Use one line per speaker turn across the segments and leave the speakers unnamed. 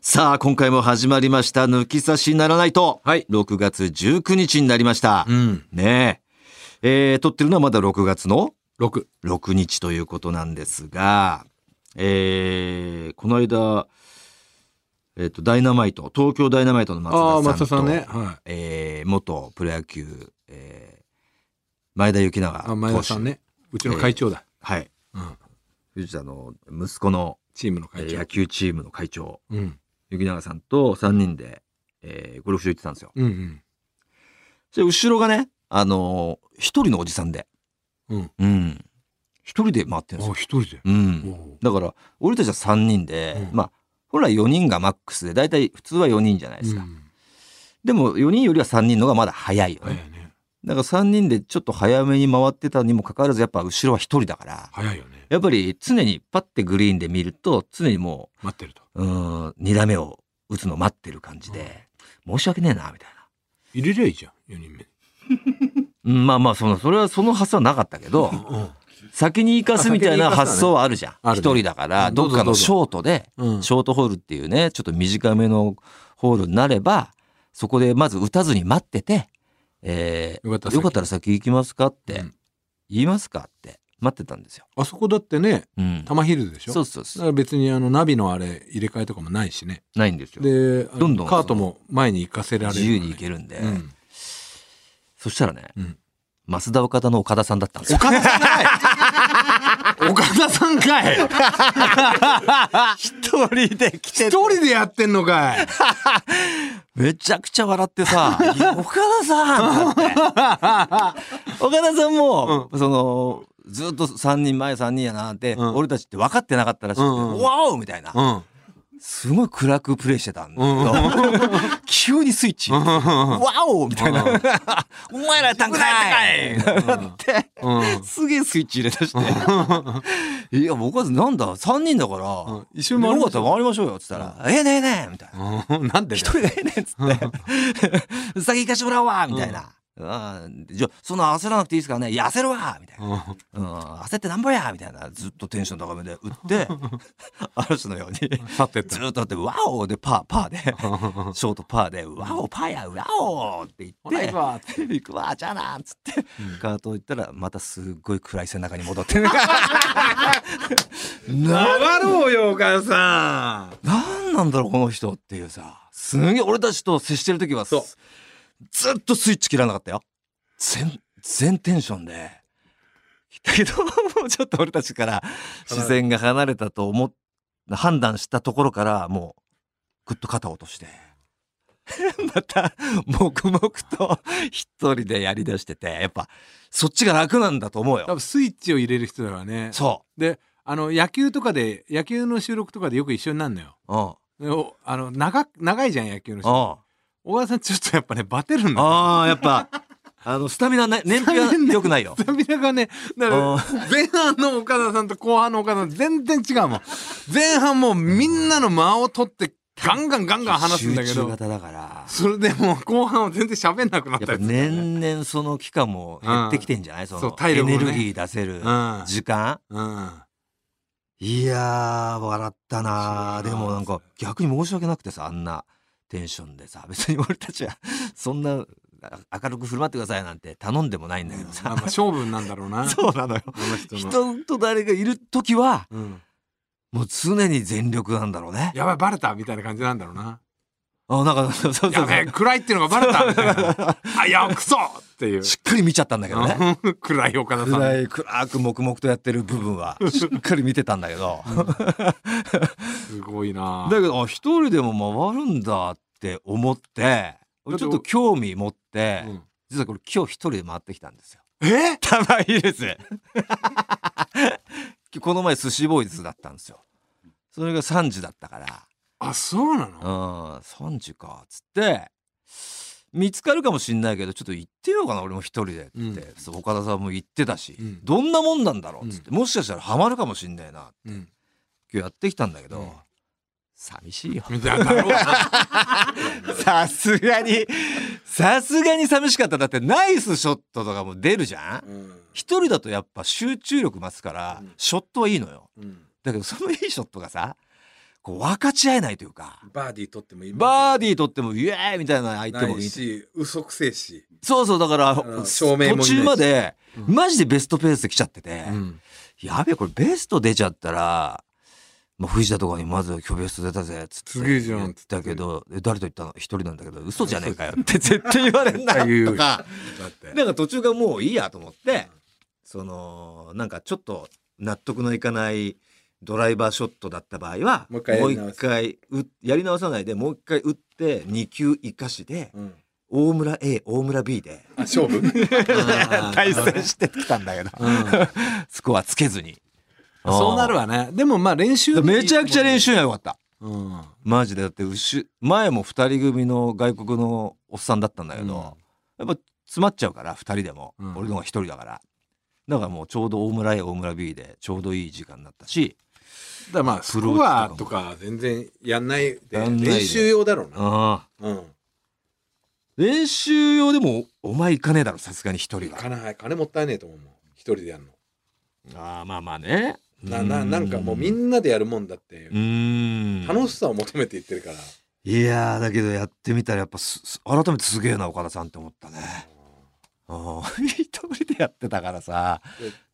さあ、今回も始まりました。抜き差しならないと。
はい
6月19日になりました。
うん。
ねえ。えー撮ってるのはまだ6月の
6。
6日ということなんですが、えーこの間、えっ、と、ダイナマイト、東京ダイナマイトの松田さん
あ
と。
あ、松田さんね。はい。
えー元プロ野球、えー前田幸
あ、
永
前田さん
投手
ね。うちの会長だ。
はい。
うん。
藤田の息子の、
チームの
え
会
ー
長
野。球チームの会長、
うん。
幸永さんと3人で、えーゴルフ場行ってたんですよ。
うんうん。
それ後ろがね、あのー一人のおじさんで、
うん。
うん。一人で回って
あ、
るんですよ。
一人で。
う
お
ん。
ー
だから、俺たちは3人で、
うん
まあ、本来4人がマックスで、だいたい普通は4人じゃないですか。
うん
でも、4人よりは3人のがまだ早いよ
早
ね。
いね。
だから3人でちょっと早めに回ってたにもかかわらず、やっぱ後ろは一人だから、
早いよね。
やっぱり常にパッてグリーンで見ると、常にもう、
待ってると。
うーん、2打目を打つの待ってる感じで、申し訳ねえな、みたい
入れりゃいいじゃん、4人目。
な。うん、まあまあ、その、それはその発想はなかったけ ど、先に行かすみたいな
あ先に行かすのね
発想はあるじゃん。
ある
一
ね
人だから、
うんど
ど
う
っ
ぞ
かのショートで、
うん。うん。
ショートホールっていうね、ちょっと短めのホールになれば、そこでまず打たずに待ってて、えー
よかったら先
よかったら先行きますかって
うん、
言いますかって、待ってたんですよ。
あそこだってね、
うん。
玉ヒルズでしょ。
そううそう
だ
そ
か
う。
ら別にあのナビのあれ入れ替えとかもないしね。
ないんですよ。
で、あの
どんどん
カートも前に行かせられる。
自由に行けるんで。
うん。
そしたらね、
うん。
増田岡田の岡田さんだったんですよ。
岡田さ んかい岡田さんかい
一人で来
一
て
人でやってんのかい
めちゃくちゃ笑って さ「いや岡田さん!」って岡田さんも、そのずっと3人前3人やなって、
うん
俺たちって分かってなかったらしくて「
うんうんうん
わお!」みたいな、
うん。
すごい暗くプレイしてたんだけど、 急にスイッチ「わお!」みたいな「お前らやったんかい!」って
うん。
すげえスイッチ入れ出して「 いや僕はなんだ3人だから、
うん一緒に回り
よかった
ましょう
ら回りましょうよ」っつったら「ええねええねえ」みたいな。
うんなんでだ
一人がええねんっつって、先行かしてもらうわみたいな。うん、じゃあそんな焦らなくていいですからね痩せるわみたいな、
よ
うん、焦ってなんぼやみたいなずっとテンション高めで打って 嵐のように
うん去ってっ
ず
た。
っと打って「ワオ!」でパーパーでショートパーで「ワオパーやワオ!」って
ほ
言
ら
っ
行
て「行
くわ
くわじゃあな」っつってカート行ったらまたすっごい暗い背中に戻って な
ろうよ、岡田さん。
なんなんだろうこの人っていうさすげえ俺たちと接してる時は
そう
ずっとスイッチ切らなかったよ全全テンションでだけどもうちょっと俺たちから視線が離れたと思っ判断したところからもうぐっと肩を落として また黙々と一人でやりだしててやっぱそっちが楽なんだと思う
多
よ
分スイッチを入れる人だからね。
そ
で、あの、野球とかで、野球の収録とかでよく一緒になるのよ。
ううん
でおあの、長く、長いじゃん、野球の人。
うん
岡田さん、ちょっとやっぱね、バテるんだよ。
ああ、やっぱ、あの、スタミナね、燃費が良くないよ。
スタミナがね、だから
あ
前半の岡田さんと後半の岡田さん全然違うもん。前半もうみんなの間を取ってガンガンガンガン話すんだけ
集中
ど、
型だから、
それでもう後半は全然喋んなくなっ
やったぱ
やつだよね
年々その期間も減ってきてんじゃないそ
そ
の
う、体力
エ
も
ネ
ね
ルギー出せる
うん
時間
うん。
いやー、笑ったなー
そう
で
だな
もなんか、逆に申し訳なくてさ、あんなテンションでさ、別に俺たちは、 そんな、あ明るく振る舞ってくださいなんて頼んでもないんだけど
まあまあ
さ、
勝負 なんだろう な。
そうなのよ。
この人の
人と誰がいる時は、
うん。
もう常に全力なんだろうね。
やばい、バレたみたいな感じなんだろうな。
あ、なんか、そうそうそ
や
う
べえ、暗いっていうのがバレたみたい な。あ、いや、クソっていう。
しっかり見ちゃったんだけどね。
うん 暗い岡田さん。
暗い暗く黙々とやってる部分はしっかり見てたんだけど
すごいな
だけどあ一人でも回るんだって思ってちょっと興味持って、
うん
実はこれ今日一人で回ってきたんですよ。
え
たまいいです この前寿司ボーイズだったんですよ。それが3時だったから
あ、そうな
う
の
ん3時かっつって見つかるかもしんないけどちょっと行ってようかな俺も一人でって、
うん
そう岡田さんも言ってたし、
うん
どんなもんなんだろうっつって、もしかしたらハマるかもしんないな
うん。
今日やってきたんだけど、
うん
寂しいよ
みたいなだろうな。
さすがにさすがに寂しかっただってナイスショットとかも出るじゃん
うん
一人だとやっぱ集中力増すから、
うん
ショットはいいのよ
うん
だけどそのいいショットがさこう分かち合えないというか
バーディー取ってもいい
バーデ
ィ
ィー取ってもイエーイみたいな相手も
ないい
い
し嘘くせえし、
そうそうだから
うん照明もいないし
途中まで
うん
マジでベストペースで来ちゃってて、
うん
やべえこれベスト出ちゃったら、まあ、藤田とかにまず今日ベスト出たぜっつって
すげえじゃん
言ったけどえ誰と言ったの一人なんだけど嘘じゃねえか よって絶対言われんな
あ言う
とか
だって
なんか途中がもういいやと思って、その、なんかちょっと納得のいかないドライバーショットだった場合は、
もう一回やり
も
直す
う一回うやり直さないで、もう一回打って、2球生かしで、
うん
大村 A、大村 B で、
あ勝負あー
対戦してきたんだ けど、
うん
スコアつけずに。
そうなる
わ。
わねでもまあ練習
めちゃくちゃ練習には良かった。
うん
マジで。だって、うし前も2人組の外国のおっさんだったんだけど、やっぱ詰まっちゃうから2人でも、
うん
俺の方が1人だからだからもうちょうど大村 A 大村 B でちょうどいい時間になったし
だからまあスコアとか全然やんないで
やんないで
練習用だろうな、
あ
うん、
練習用でもお前行かねえだろさすがに1人は
金金もったいねえと思うもん一人でやるの
ああまあまあね
なななんかもうみんなでやるもんだって
うーん
楽しさを求めていってるから
いやーだけどやってみたらやっぱすす改めてすげえな岡田さんって思ったねああ 一人でやってたからさ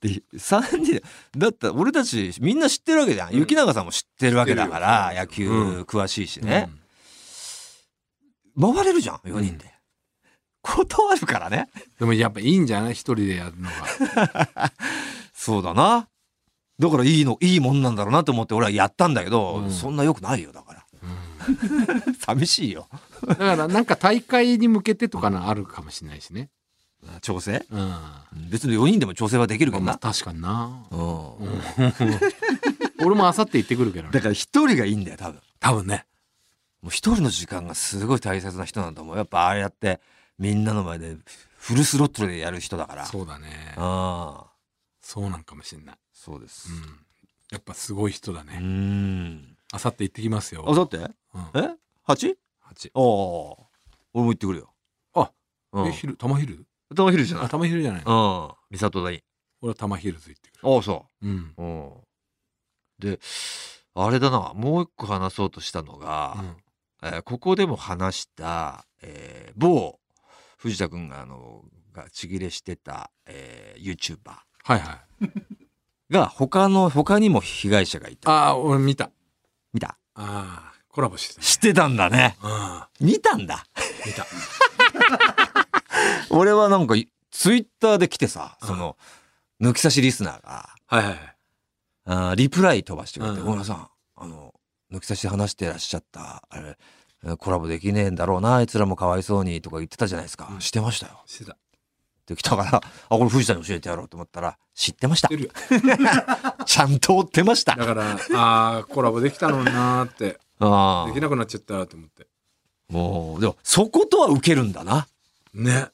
で3人でだって俺たちみんな知ってるわけじゃん、
うん
雪永さんも知ってるわけだから
知
野
って
球
るよ
詳しいしね、回れるじゃん4人で、断るからね
でもやっぱいいんじゃない一人でやるのが
そうだなだからいいのいいもんなんだろうなと思って俺はやったんだけど、
うん
そんな良くないよだから 寂しいよ
だからなんか大会に向けてとかのあるかもしれないしね
調整
うん
別に4人でも調整はできるけど
まあ
な、
確かにな
うん
俺もあさって行ってくるけど
だ
ね
から一人がいいんだよ多分
多分ね
もう一人の時間がすごい大切な人なんだと思うやっぱああやってみんなの前でフルスロットルでやる人だからう
そうだね
ああ
そうなんかもしれない
そうです
うんやっぱすごい人だ
うー
ね
ん
あさって行ってきますよ
あさって
うん
え 8?
八
ああ俺も行ってくるよ
あ
う
え
ん
昼玉昼
頭昼じゃない
あ玉昼じゃない
うん。美里だい。
俺は玉昼ず行ってくる
ああ、そ
うん
う。うん。で、あれだな、もう一個話そうとしたのが、
うん
えーここでも話した、えー某藤田くんが、あの、がちぎれしてた、えー、YouTuber
はいはい
が、他の、他にも被害者がいた。
ああ俺見た
見た
ああコラボしてたね
知ってたんだね。
あ
見たんだ。
あ見た
俺はなんか、ツイッターで来てさ、その、抜き差しリスナーが、
はいはいはい
あーリプライ飛ばしてくれて、
う
小
ん
村さん、あの、抜き差しで話してらっしゃった、あれ、えーコラボできねえんだろうな、あいつらもかわいそうにとか言ってたじゃないですか。
うん
してましたよ。
してた知っ
って来たから、あ、これ藤田に教えてやろうと思ったら、知ってました
て。るよ
ちゃんと追ってました。あ
だから、ああ、コラボできたのになーって、
あ
できなくなっちゃったと思って。
もう、でも、そことは受けるんだな。
ね。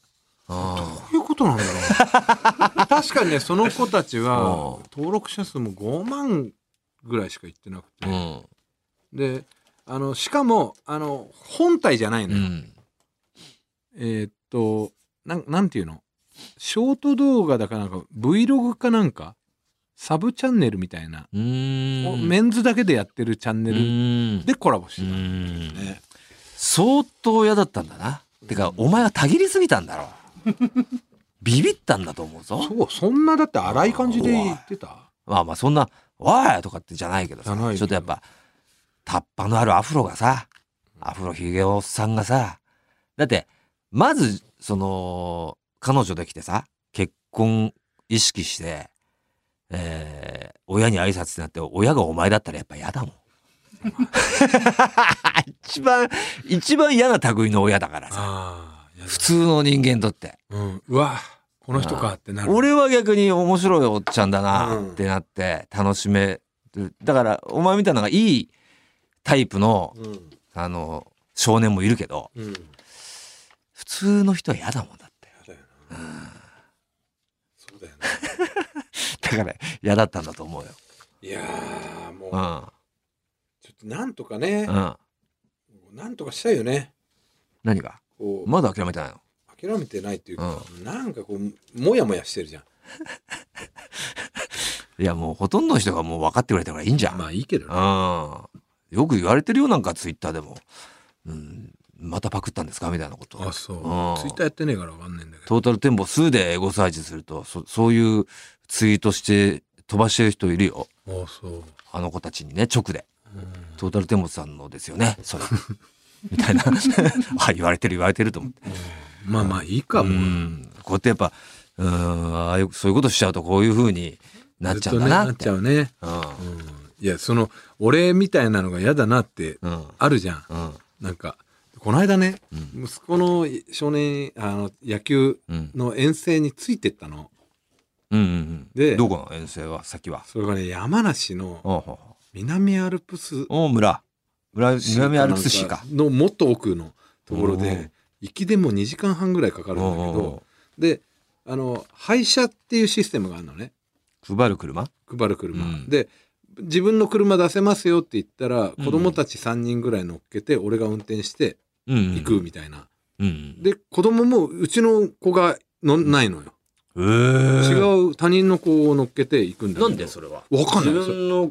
あ
どういうことなんだろう。確かにね、その子たち は
うん、
登録者数も5万ぐらいしかいってなく
あう
て。
ん。
で、あの、しかも、あの、本体じゃないうのよ。
ん。
えーっと、なん、なんていうのショート動画だかなんか、Vlog かなんか、サブチャンネルみたいな、
うーん。
メンズだけでやってるチャン
う
ネル
ーん
でコラボし
う
てた。
ーん。
ね
相当嫌だったんだな。てか、お前はたぎりすぎたんだろう。ビビったんだと思うぞ。
そう、そんなだって荒い感じで言ってた
まあまあそんな「わーい!」とかってじゃないけどさ
じゃないけど
ちょっとやっぱタッパのあるアフロがさアフロひげおっさんがさだってまずその彼女できてさ結婚意識して、えー親に挨拶になって親がお前だったらやっぱ嫌 だもん。一番一番嫌な類の親だからさ
ああ、
普通の人間にとって。
うん、うわ、この人かってなる。
俺は逆に面白いおっちゃんだなってなって楽しめるだからお前みたいなのがいいタイプの
うん、
あの少年もいるけど
うん、や
普通の人は嫌だもんだって
だよな。そうだよな。
だから嫌だったんだと思うよ
いやー、もう
う、ん
ちょっとなんとかね、
うん
なんとかしたいよね。
何が
こう、
まだ諦めてないの
諦めてないっていうか、なんかこう、もやもやしてるじゃん。
いやもうほとんどの人がもう分かってくれたからいいんじゃん、
あいいけど。
うんよく言われてるよなんかツイッターでも、うん、またパクったんですかみたいなこと
あそう
うん
ツイッターやってねえから分かんねえんだけど
トータルテンボ数でエゴサーチするとそそういうツイートして飛ばしてる人いるよ
あそう、うん
あの子たちにね直でトータルテンボさんのですよねそれ みたいな あ言われてる言われてると思って
まあまあいいか
う
もうん
こうやってやっぱうんああいうそういうことしちゃうとこういうふうになっちゃうんだな
ず
っ
っ
て
とねな
うん
っちゃうね、うん、いやその俺みたいなのが嫌だなって
うん
あるじゃん
うん
なんかこの間ね
うん
息子の少年あの野球
うん
の遠征についてったの
うんうん
で
どこの遠征は先は
それがね山梨の
おうおう
南アルプス
おう村村南アルプス市か
のもっと奥のところ
お
で
う
行きでも2時間半ぐらいかかるんだけ
おうおう
どであの配車っていうシステムがあるのね
おう配る車
配る車、
うん
で自分の車出せますよって言ったら
うん
子供たち3人ぐらい乗っけて俺が運転して
うんうん
行くみたいな、
うん
で子供もうちの子が乗んないのよ、
えー
違う他人の子を乗っけて行くんだけど
なんでそれは
わかんない
自分の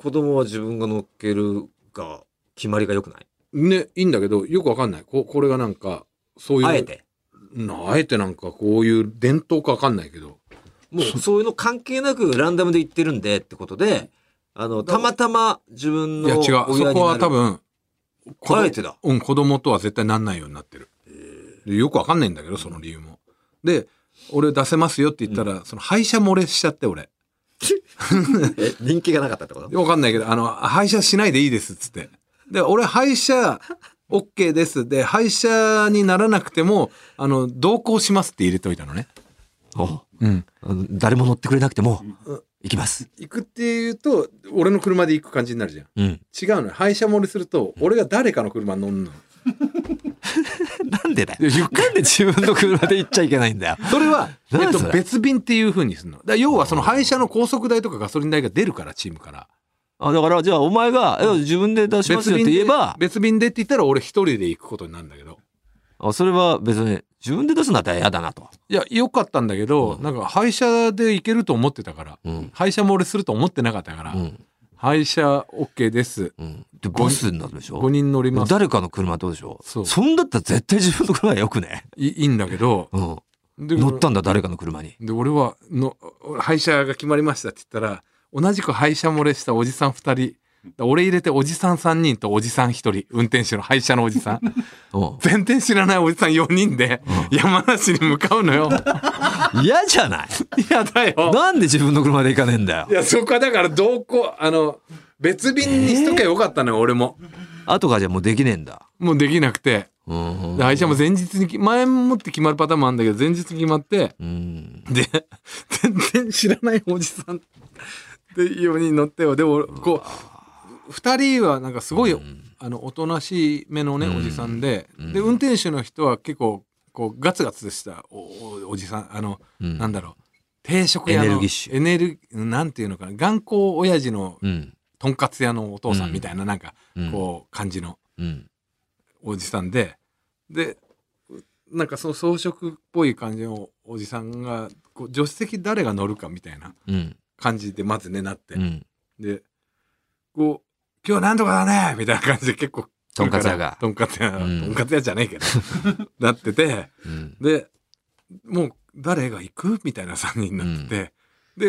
子供は自分が乗っけるが決まりが良くない
ねいいんだけどよくわかんないここれがなんかそういう
あえて
うんあえてなんかこういう伝統かわかんないけど
もうそういうの関係なくランダムで行ってるんでってこと であのたまたま自分
い
の
や違う
親にな
そ
る
こは多分子供
あえてだ
うん子供とは絶対なんないようになってるでよくわかんないんだけどその理由もで俺出せますよって言ったら、その廃車漏れしちゃって俺
え人気がなかったって こと
わかんないけどあの廃車しないでいいですっつってで俺廃車 OK ですで廃車にならなくてもあの同行しますって入れといたのねうん
誰も乗ってくれなくても行きます
行くっていうと俺の車で行く感じになるじゃん
うん
違うのよ廃車漏れすると俺が誰かの車に乗んの
なんでだよなんで自分の車で行っちゃいけないんだよ
それは、 えっ
何
と
それ、
別便っていう風にするのだから要はその廃車の高速代とかガソリン代が出るからチームから
あだからじゃあお前がいや自分で出しますよって
で
言えば
別便でって言ったら俺一人で行くことになるんだけど
あそれは別に自分で出すなったら嫌だなと、
いや良かったんだけど、
うん
なんか廃車で行けると思ってたから
うん
廃車も俺すると思ってなかったから、
うん
廃車 OK です
うん、でボスになるでしょ
5人乗ります
誰かの車どうでしょう
そ
そうんだったら絶対自分の車はよくね、
いいいんだけど
うん、
で
乗ったんだ誰かの車に
で俺はの俺廃車が決まりましたって言ったら同じく廃車漏れしたおじさん2人俺入れておじさん3人とおじさん1人運転手の廃車のおじさん
うん
全然知らないおじさん4人で山梨に向かうの よ
嫌じゃない
やだよ
なんで自分の車で行かねえんだよ
いやそこはだから同行あの別便にしとけばよかったのよ俺も
後がじゃあもうできねえんだ
もうできなくて
うん
で廃車も前日にき前もって決まるパターンもあるんだけど前日に決まって
うん
で 全然知らないおじさんで4人乗ってよでもこう2人はなんかすごい、あのおとなしめのね、
うん
おじさんで、
うん
で運転手の人は結構こうガツガツしたおおおじさんあの、
うん
なんだろう定食屋の
エネルギッシュ
エネルなんていうのかな頑固親父の
うん
とんかつ屋のお父さんみたいな、なんか
うん
こう感じの
うん
おじさんででなんかその装飾っぽい感じのおじさんがこう助手席誰が乗るかみたいな
うん
感じでまずねなって、
うん
でこう「今日なんとかだね」みたいな感じで結構
とんかつ屋が
とんかつ屋、
うん
とんかつ屋じゃねえけど なってて
うん
でもう誰が行くみたいな3人になってて、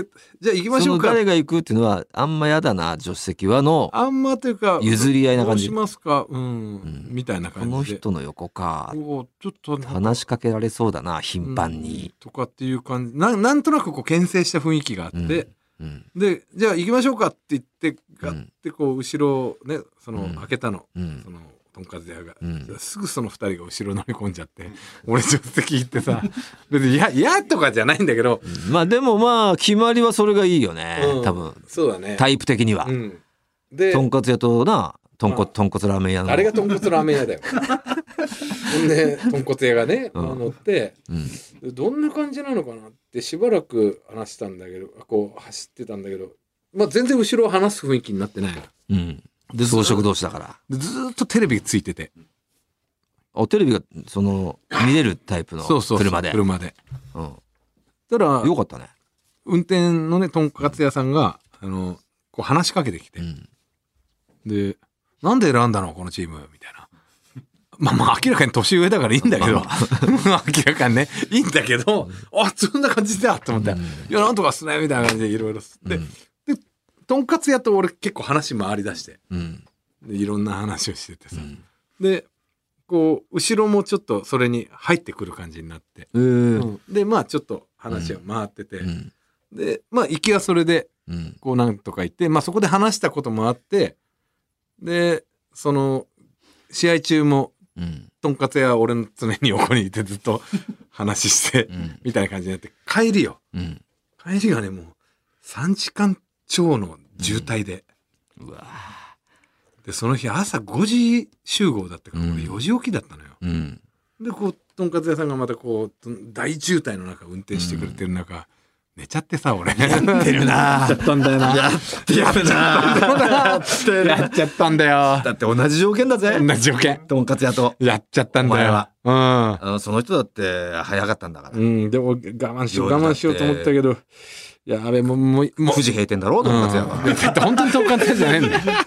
でじゃあ行きまし
そ
ょ
の
うか
誰が行くっていうのはあんまやだな助手席はの
あんまというか
譲り合いな感じ
どうしますかうん、
ん
みたいな
こ
感
の
じで
人の横か
おーちょっとなんか
話しかけられそうだな頻繁
うん
に、
とかっていう感じななんとなくこう牽制した雰囲気があって、
うん
でじゃあ行きましょうかって言って
う
ガッ
ん
てこう後ろをねその、
うん
開けたの
うん
そのとんかつ屋が、
うん
すぐその2人が後ろ乗り込んじゃって俺助手席行ってさ別に嫌嫌とかじゃないんだけど、
まあでもまあ決まりはそれがいいよね、
うん
多分
そうだね
タイプ的には、
うん、で
とんかつ屋となとんこ
まあ
とんこつラーメン屋の
あれが豚骨ラーメン屋だ よほんで豚骨屋がね、
うん
乗って
うん
でどんな感じなのかなってしばらく話したんだけどこう走ってたんだけど、まあ、全然後ろを話す雰囲気になってないの
うんで装飾同士だから
でずーっとテレビついてて
あテレビがその見れるタイプの
そうそうそう
車で
車で
う
たら
ん、よかったね、
運転のねとんかつ屋さんがあのこう話しかけてきて
う、ん
でなんで選んだのこのチームみたいな。まあまあ明らかに年上だからいいんだけど、 明らかにね、いいんだけど、あ、そんな感じだと思ったら、いや、なんとかっすね、みたいな感じでいろいろ吸って、で、とんかつ屋と俺結構話回り出して、
うん。
でいろんな話をしててさ、
うん
で、こう、後ろもちょっとそれに入ってくる感じになって、
うん。
で、まあちょっと話は回ってて、
うん。
で、まあ行きはそれで、
うん。
こうなんとか言って、まあ、そこで話したこともあってでその試合中も
うん。
とんかつ屋は俺の常に横にいてずっと話して
うん。
みたいな感じになって帰りよ
うん。
帰りがねもう3時間超の渋滞で、
うわ
でその日朝5時集合だったから
うん
俺4時起きだったのよ。
うん。
でこうとんかつ屋さんがまたこうとん大渋滞の中運転してくれてる中、寝ちゃってさ俺。
やってるな
やっちゃ ったんだよな。やってるな。やってる
やっちゃったんだよ。
だって同じ条件だぜ
同。じ条件。
とんかつ屋と。
やっちゃったんだよ。うん。
あのその人だって早かったんだから。
うん、でも我慢しよ
夜
う
だって
我慢しようと思ったけど、いや、あれもう、もう、もう、
富士閉店だろうとんかつ屋は。
うん、本当にとんかつ屋じゃねえんだよ。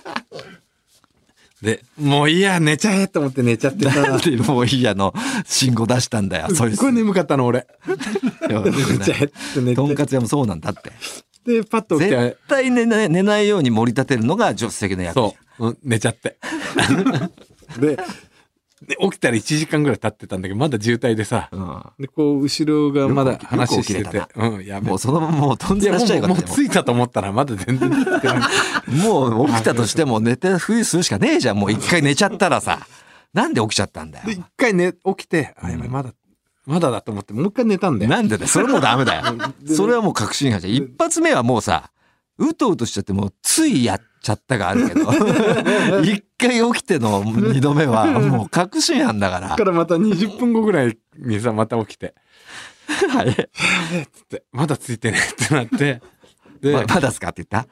で、 もういいや、寝ちゃえと思って寝ちゃって
な
さ
ん、でもういいやの信号出したんだよ。そ
す
いつ。
っごい眠かったの、俺。
よ
寝ちゃえって寝
とん
て、
かつ屋もそうなんだって。
で、パッと起き
絶
て、
対寝ない寝ないように盛り立てるのが助手席の役。
そう、うん、寝ちゃ って。で、で起きたら1時間ぐらい経ってたんだけど、まだ渋滞でさ、
う。ん。
で、こう、後ろがまだ話して
よく起
て
き、
うん、やべ
もうそのままもう飛ん
い
で
や
らっ
も
しゃいうが
も
っ
う
て
着いたと思ったらまだ全然着いてない
もうもう起きたとしても寝て冬するしかねえじゃん。もう一回寝ちゃったらさ。なんで起きちゃったんだよ
で。一回寝起きて、あやばいまだまだだと思ってもう一回寝たんだよ。
なんでだよそれもダメだ よ。それはもう確信犯じゃん。一発目はもうさ、うとうとしちゃってもうついやっちゃったがあるけど、 一回起きての二度目はもう確信犯だ から
だか。らまた20分後ぐらいにさまた起きて
はい
「えっ?」つって「まだついてね」って なって「で
ままだっすかって言っ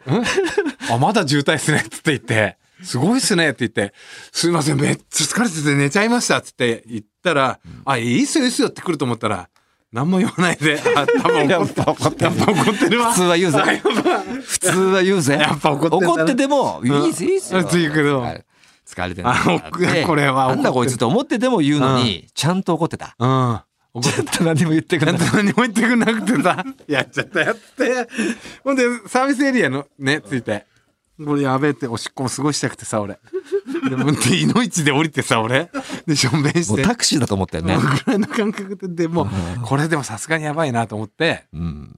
た
あまだ渋滞っすね」っつって言って「すごいっすね」って言って「すいませんめっちゃ疲れてて寝ちゃいました」っつって言ったら「あいいっすよいいっすよ」って来ると思ったら何も言わないで「あ多 分怒った怒ってる怒ってるわ
普」通は言うぜ。普通は言うぜ。
やっぱ怒ってんだな
怒ってても、い
ん
いっす、いいっすよ。
ついけど
はい疲れてんだ
あ
っ
お
て
これは
なんだこいつ
怒
と思ってても言うのに、ちゃんと怒ってた。
うん怒っ
ちゃんと何も言ってくれ
なん
な
と
い。
何も言ってくれなくてさ、 やっちゃったやって。ほんで、サービスエリアのね、ついて。これやべえって、おしっこもすごいしたくてさ、俺。で、もうで、いのいちで降りてさ、俺。で、しょんべんし
もう
て。
タクシーだと思ったよね
こ。のぐらいの感覚で、でもう、これでもさすがにやばいなと思って、
うん。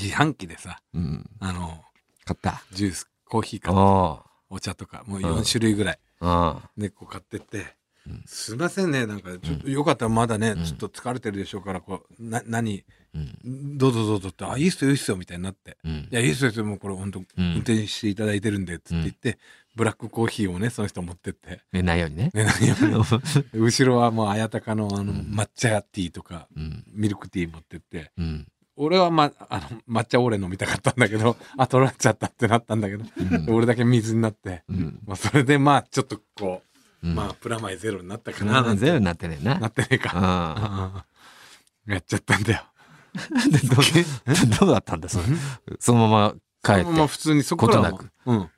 自販機でさ、
うん。
あの、
買った。
ジュース、コーヒーか、
お
お茶とか、もう4種類ぐらい、
うん。
ね、こう買ってって
うん。
すいませんね、なんか、ちょっと、よかったらまだね、ちょっと疲れてるでしょうから、こう、な、何、
うん。
どうぞどうぞって、あ、いいっすよ、いいっすよ、みたいになって。
うん
い。や、いいですよ、いいですよもうこれ本当、
うん
運転していただいてるんで、つって言って、ブラックコーヒーをね、その人持ってって、
寝ないようにね。
ね、何より も後ろはもう、綾鷹のあの、抹茶ティーとか、
うん。
ミルクティー持ってって、
うん。
俺はま、あの、抹茶オーレ飲みたかったんだけど、あ、取られちゃったってなったんだけど、
ん
俺だけ水になって、
うん。
まあ、それでまあ、ちょっとこう、
うん
まあ、プラマイゼロになったかな、な
全
んて
部なってねえ
な
な。
ってねえか。
う
うん やっちゃったんだよ。
ん。で、どうどうだったんだ、それ。そのまま帰
まあ、
って。
普通にそこからは
ことな
うん。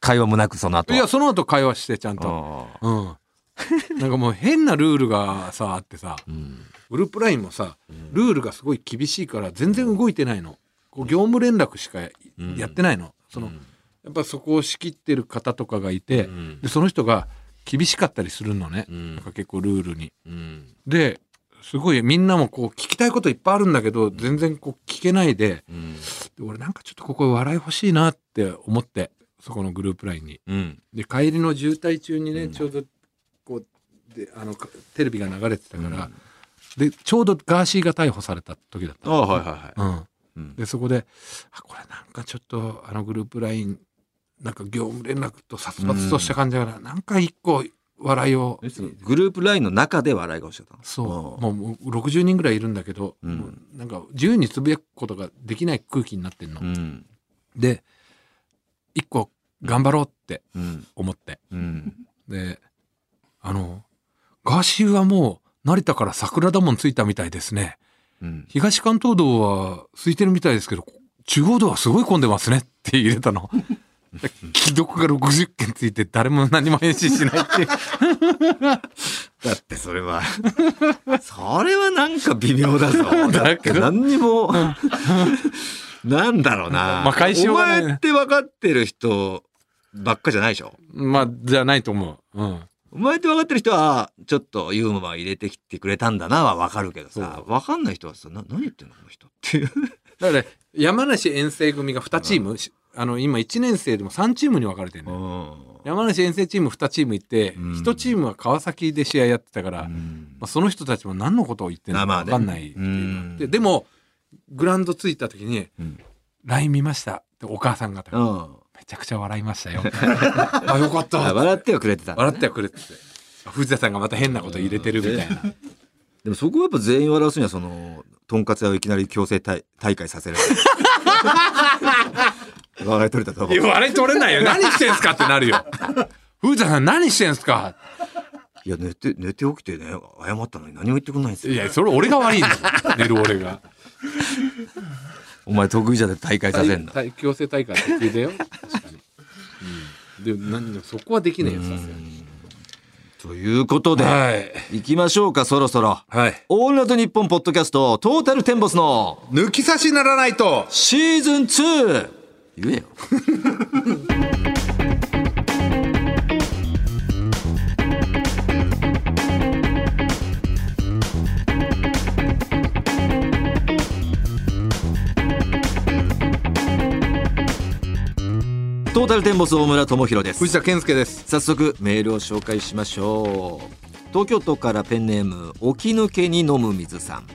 会話もなく、その後
い
は。
や、その後会話して、ちゃんと。
あ
うん。 なんかもう変なルールがさあってさ
ーうん。
ウルプラインもさルールがすごい厳しいから全然動いてないのこう業務連絡しか
うん
やってないの,、そのやっぱそこを仕切ってる方とかがいて、
ん
でその人が厳しかったりするのね、
うん
なんか結構ルールに。
うん。
ですごいみんなもこう聞きたいこといっぱいあるんだけど全然こう聞けないで
うん。
で俺なんかちょっとここ笑い欲しいなって思ってそこのグループラインに。
うん。
で帰りの渋滞中にね、ちょうどこうであのかテレビが流れてたから、でちょうどガーシーが逮捕された時だったの、
はいはいは
うん
うん
でそこであこれなんかちょっとあのグループラインなんか業務連絡と殺伐とした感じだから、なんか一個笑いを、
グループラインの中で笑いが落ちちゃったの
そう
あ
もうもう60人ぐらいいるんだけど、
うん
もうなんか自由につぶやくことができない空気になってんの、
ーうん
で一個頑張ろうって
うん
思って
うん
で、あの、ガーシーはもう成田から桜田門着いたみたいですね。
うん
東関東道は空いてるみたいですけど、中央道はすごい混んでますねって入れたの。 既読が60件ついて誰も何も返信しないっていう。
だってそれはそれはなんか微妙だ ぞだって何にもなんだろうな、
まあ解消
お
がね
前って分かってる人ばっかじゃないでしょ
まあ、じゃないと思う。うん。
お前って分かってる人はちょっとユーモア入れてきてくれたんだなは分かるけどさ分かんない人はさな何言ってんのこの人っていう
だから、山梨遠征組が2チーム、しあの、今1年生でも3チームに分かれてるのよ山梨遠征チーム2チームいて、
うん
1チームは川崎で試合やってたから、まあ、その人たちも何のことを言ってるの
まあま
か
あ
分
ね
かんないっていうのがあって
うん
でも、グラウンド着いた時に
うん、
LINE 見ましたってお母さん方
う
が、
ん
めちゃくちゃ笑いました よ。あ、よかった。
あ
笑
笑ってはくれてた
ってはくれてて。藤田さんがまた変なこと入れてるみたいな。
でもそこはやっぱ全員笑わすにはそのとんかつ屋をい きなり強制大大会させる笑い取れたとこ
いや、笑い取れないよ。何してんすかってなる よ。藤田さん何してんすか
いや寝て寝て起きてね謝ったのに何も言ってくんないんです
い
よ
や、それ俺が悪いんだよ。寝る俺が。
お前得意じゃで大会させんな
大強制大会って聞いたよ。確かに。うん、でも何でもそこはできねえよ、さすがに。
ということで、
はい。
行きましょうかそろそろ
はい。
オールナイトニッポンポッドキャストトータルテンボスの
抜き差しならないと。
シーズン 2! 言えよトータルテンボス大村智弘です
藤田健介です。
早速メールを紹介しましょう東京都からペンネーム起き抜けに飲む水さん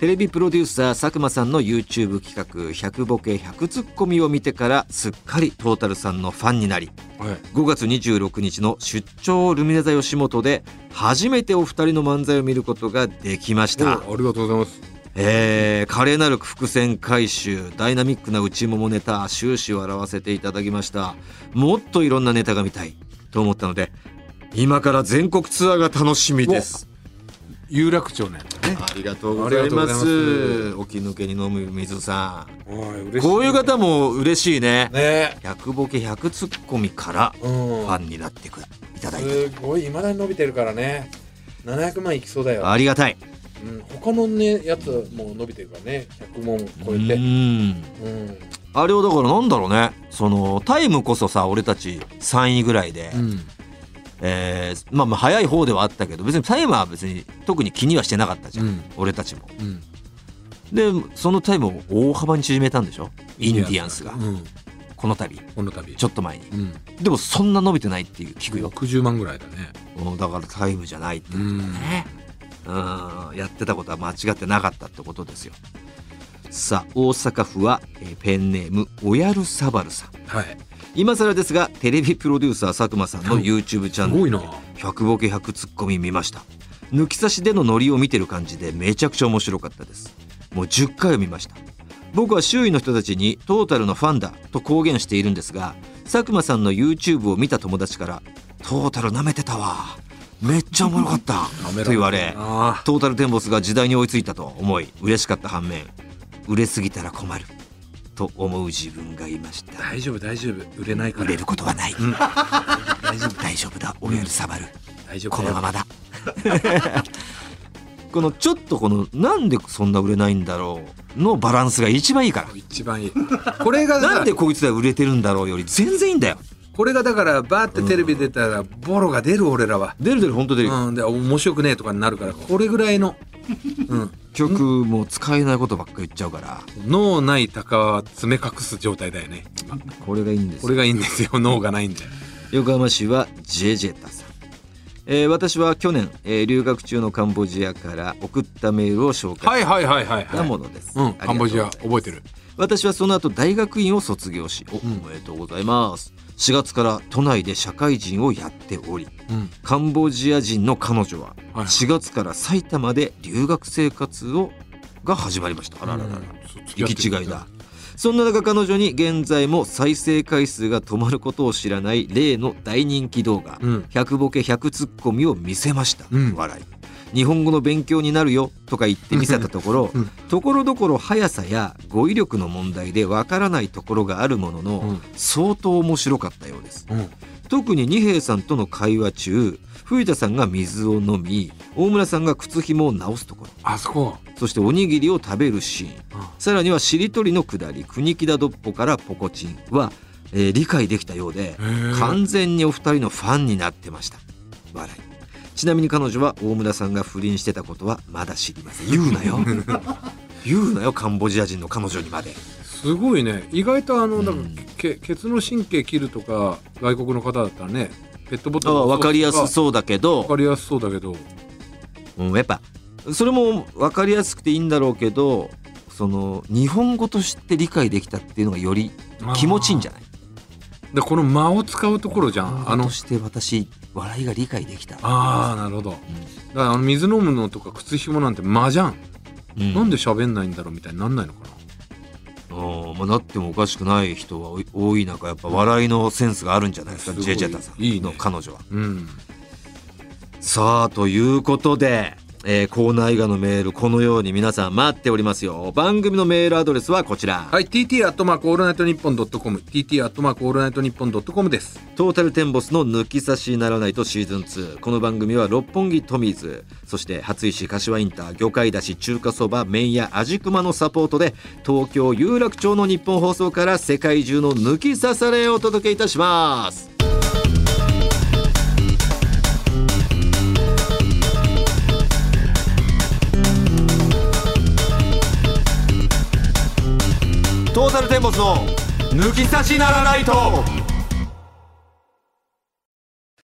テレビプロデューサー佐久間さんの YouTube 企画100ボケ100ツッコミを見てからすっかりトータルさんのファンになり
はい。
5月26日の出張ルミネ座吉本で初めてお二人の漫才を見ることができました
おありがとうございます。
えー華麗なる伏線回収ダイナミックな内ももネタ終始笑わせていただきましたもっといろんなネタが見たいと思ったので今から全国ツアーが楽しみです
有楽町ね。
ありがとうございます
ありがとう
起き抜けに飲む水さ
はい、嬉
んこういう方も嬉しいね
ね。
100ボケ100ツッコミから
う
フ
ん
ァンになってくいただいて
すごい未だに伸びてるからね700万いきそうだよ、
ありがたい
うん、他のねやつも伸びてるからね100万超え
う
て
ん
うん、
あれをだからなんだろうねそのタイムこそさ俺たち3位ぐらいで、えーまあまあ早い方ではあったけど別にタイムは別に特に気にはしてなかったじゃん、
うん
俺たちも
うん
でそのタイムを大幅に縮めたんでしょインディアンスが
うん、
この度
この度
ちょっと前に
うん、
でもそんな伸びてないっていう聞くよ、
60万ぐらいだね
うんだからタイムじゃないってことだねうんやってたことは間違ってなかったってことですよさあ大阪府は、えーペンネームおやるさばるさん
はい
今更ですがテレビプロデューサー佐久間さんの YouTube チャン
す
ネル
ごいな
100ボケ100ツッコミ見ました抜き差しでのノリを見てる感じでめちゃくちゃ面白かったですもう10回を見ました僕は周囲の人たちにトータルのファンだと公言しているんですが佐久間さんの YouTube を見た友達から「トータル舐めてたわめっちゃおもろかった」と言われ
あ
トータルテンボスが時代に追いついたと思い嬉しかった反面売れすぎたら困ると思う自分がいました
大丈夫大丈夫売れないか
売
ら
れることはない、大丈夫大丈夫だ俺より下がる、
大丈夫
このままだ このちょっとこのなんでそんな売れないんだろうのバランスが一番いいか
一番いいこれが
らなん
だ
でこいつら売れてるんだろうより全然いいんだよ
これがだからバーってテレビ出たらボロが出る俺らは
出る出る本当出る、
うんで面白くねえとかになるからこれぐらいのうん
曲も使えないことばっか言っちゃうから
脳ない鷹は爪隠す状態だよね今
これがいいんです
これがいいんですよ脳がないんだよ
横浜市はジェジェタさん、えー私は去年、えー留学中のカンボジアから送ったメールを紹介
はいはいはいはい、
した
は
も
い、
のです、
うん
ありがと
カンボジ
ござい
ア
ます
覚えてる
私はその後大学院を卒業しお,、めでとうございます4月から都内で社会人をやっており
うん
カンボジア人の彼女は
はい
4月から埼玉で留学生活をが始まりましたあらららら、行き違いだそんな中彼女に現在も再生回数が止まることを知らない例の大人気動画「
うん
100ボケ100ツッコミ」を見せました、
うん
笑い日本語の勉強になるよとか言って見せたところ
うん
ところどころ速さや語彙力の問題でわからないところがあるものの、
うん
相当面白かったようです
うん
特に二平さんとの会話中冬田さんが水を飲み大村さんが靴紐を直すところ
あそこ
そしておにぎりを食べるシーンさらにはしりとりのくだり「国木田どっぽからポコチンは」えー理解できたようで完全にお二人のファンになってました笑いちなみに彼女は大村さんが不倫してたことはまだ知りません言うなよ 言うなよカンボジア人の彼女にまです
ごいね意外とあのなんか
うん
けケツの神経切るとか外国の方だったらねペットボトルの
分かりやす
う
そうだけ
分か
ど、
りやすそうだけど
うん、やっぱそれも分かりやすくていいんだろうけどその日本語として理解できたっていうのがより気持ちいいんじゃ
な
ない
いでこの間を使うところじゃんあ
あの
の
として私笑いが理解できた
ああなるほどだからあの水飲むのとか靴紐なんて間じゃん、
うん
なんで喋んないんだろうみたいになんないのかな
うんまあ、なってもおかしくない人は多い中やっぱ笑いのセンスがあるんじゃないですか
すごい
ジェジェタさ
いい
ん
ね
の彼女は。
うん
さあということで、えーコーナー以外のメールこのように皆さん待っておりますよ番組のメールアドレスはこちら、
はい TT アットマークオールナイトニッポンドットコム TT アットマークオールナイトニッポンドットコムです
トータルテンボスの抜き差しならないとシーズン2この番組は六本木トミーズそして初石柏インター魚介だし中華そば麺屋味熊のサポートで東京有楽町の日本放送から世界中の抜き差されをお届けいたしますトータルテンボスの抜き差しならないと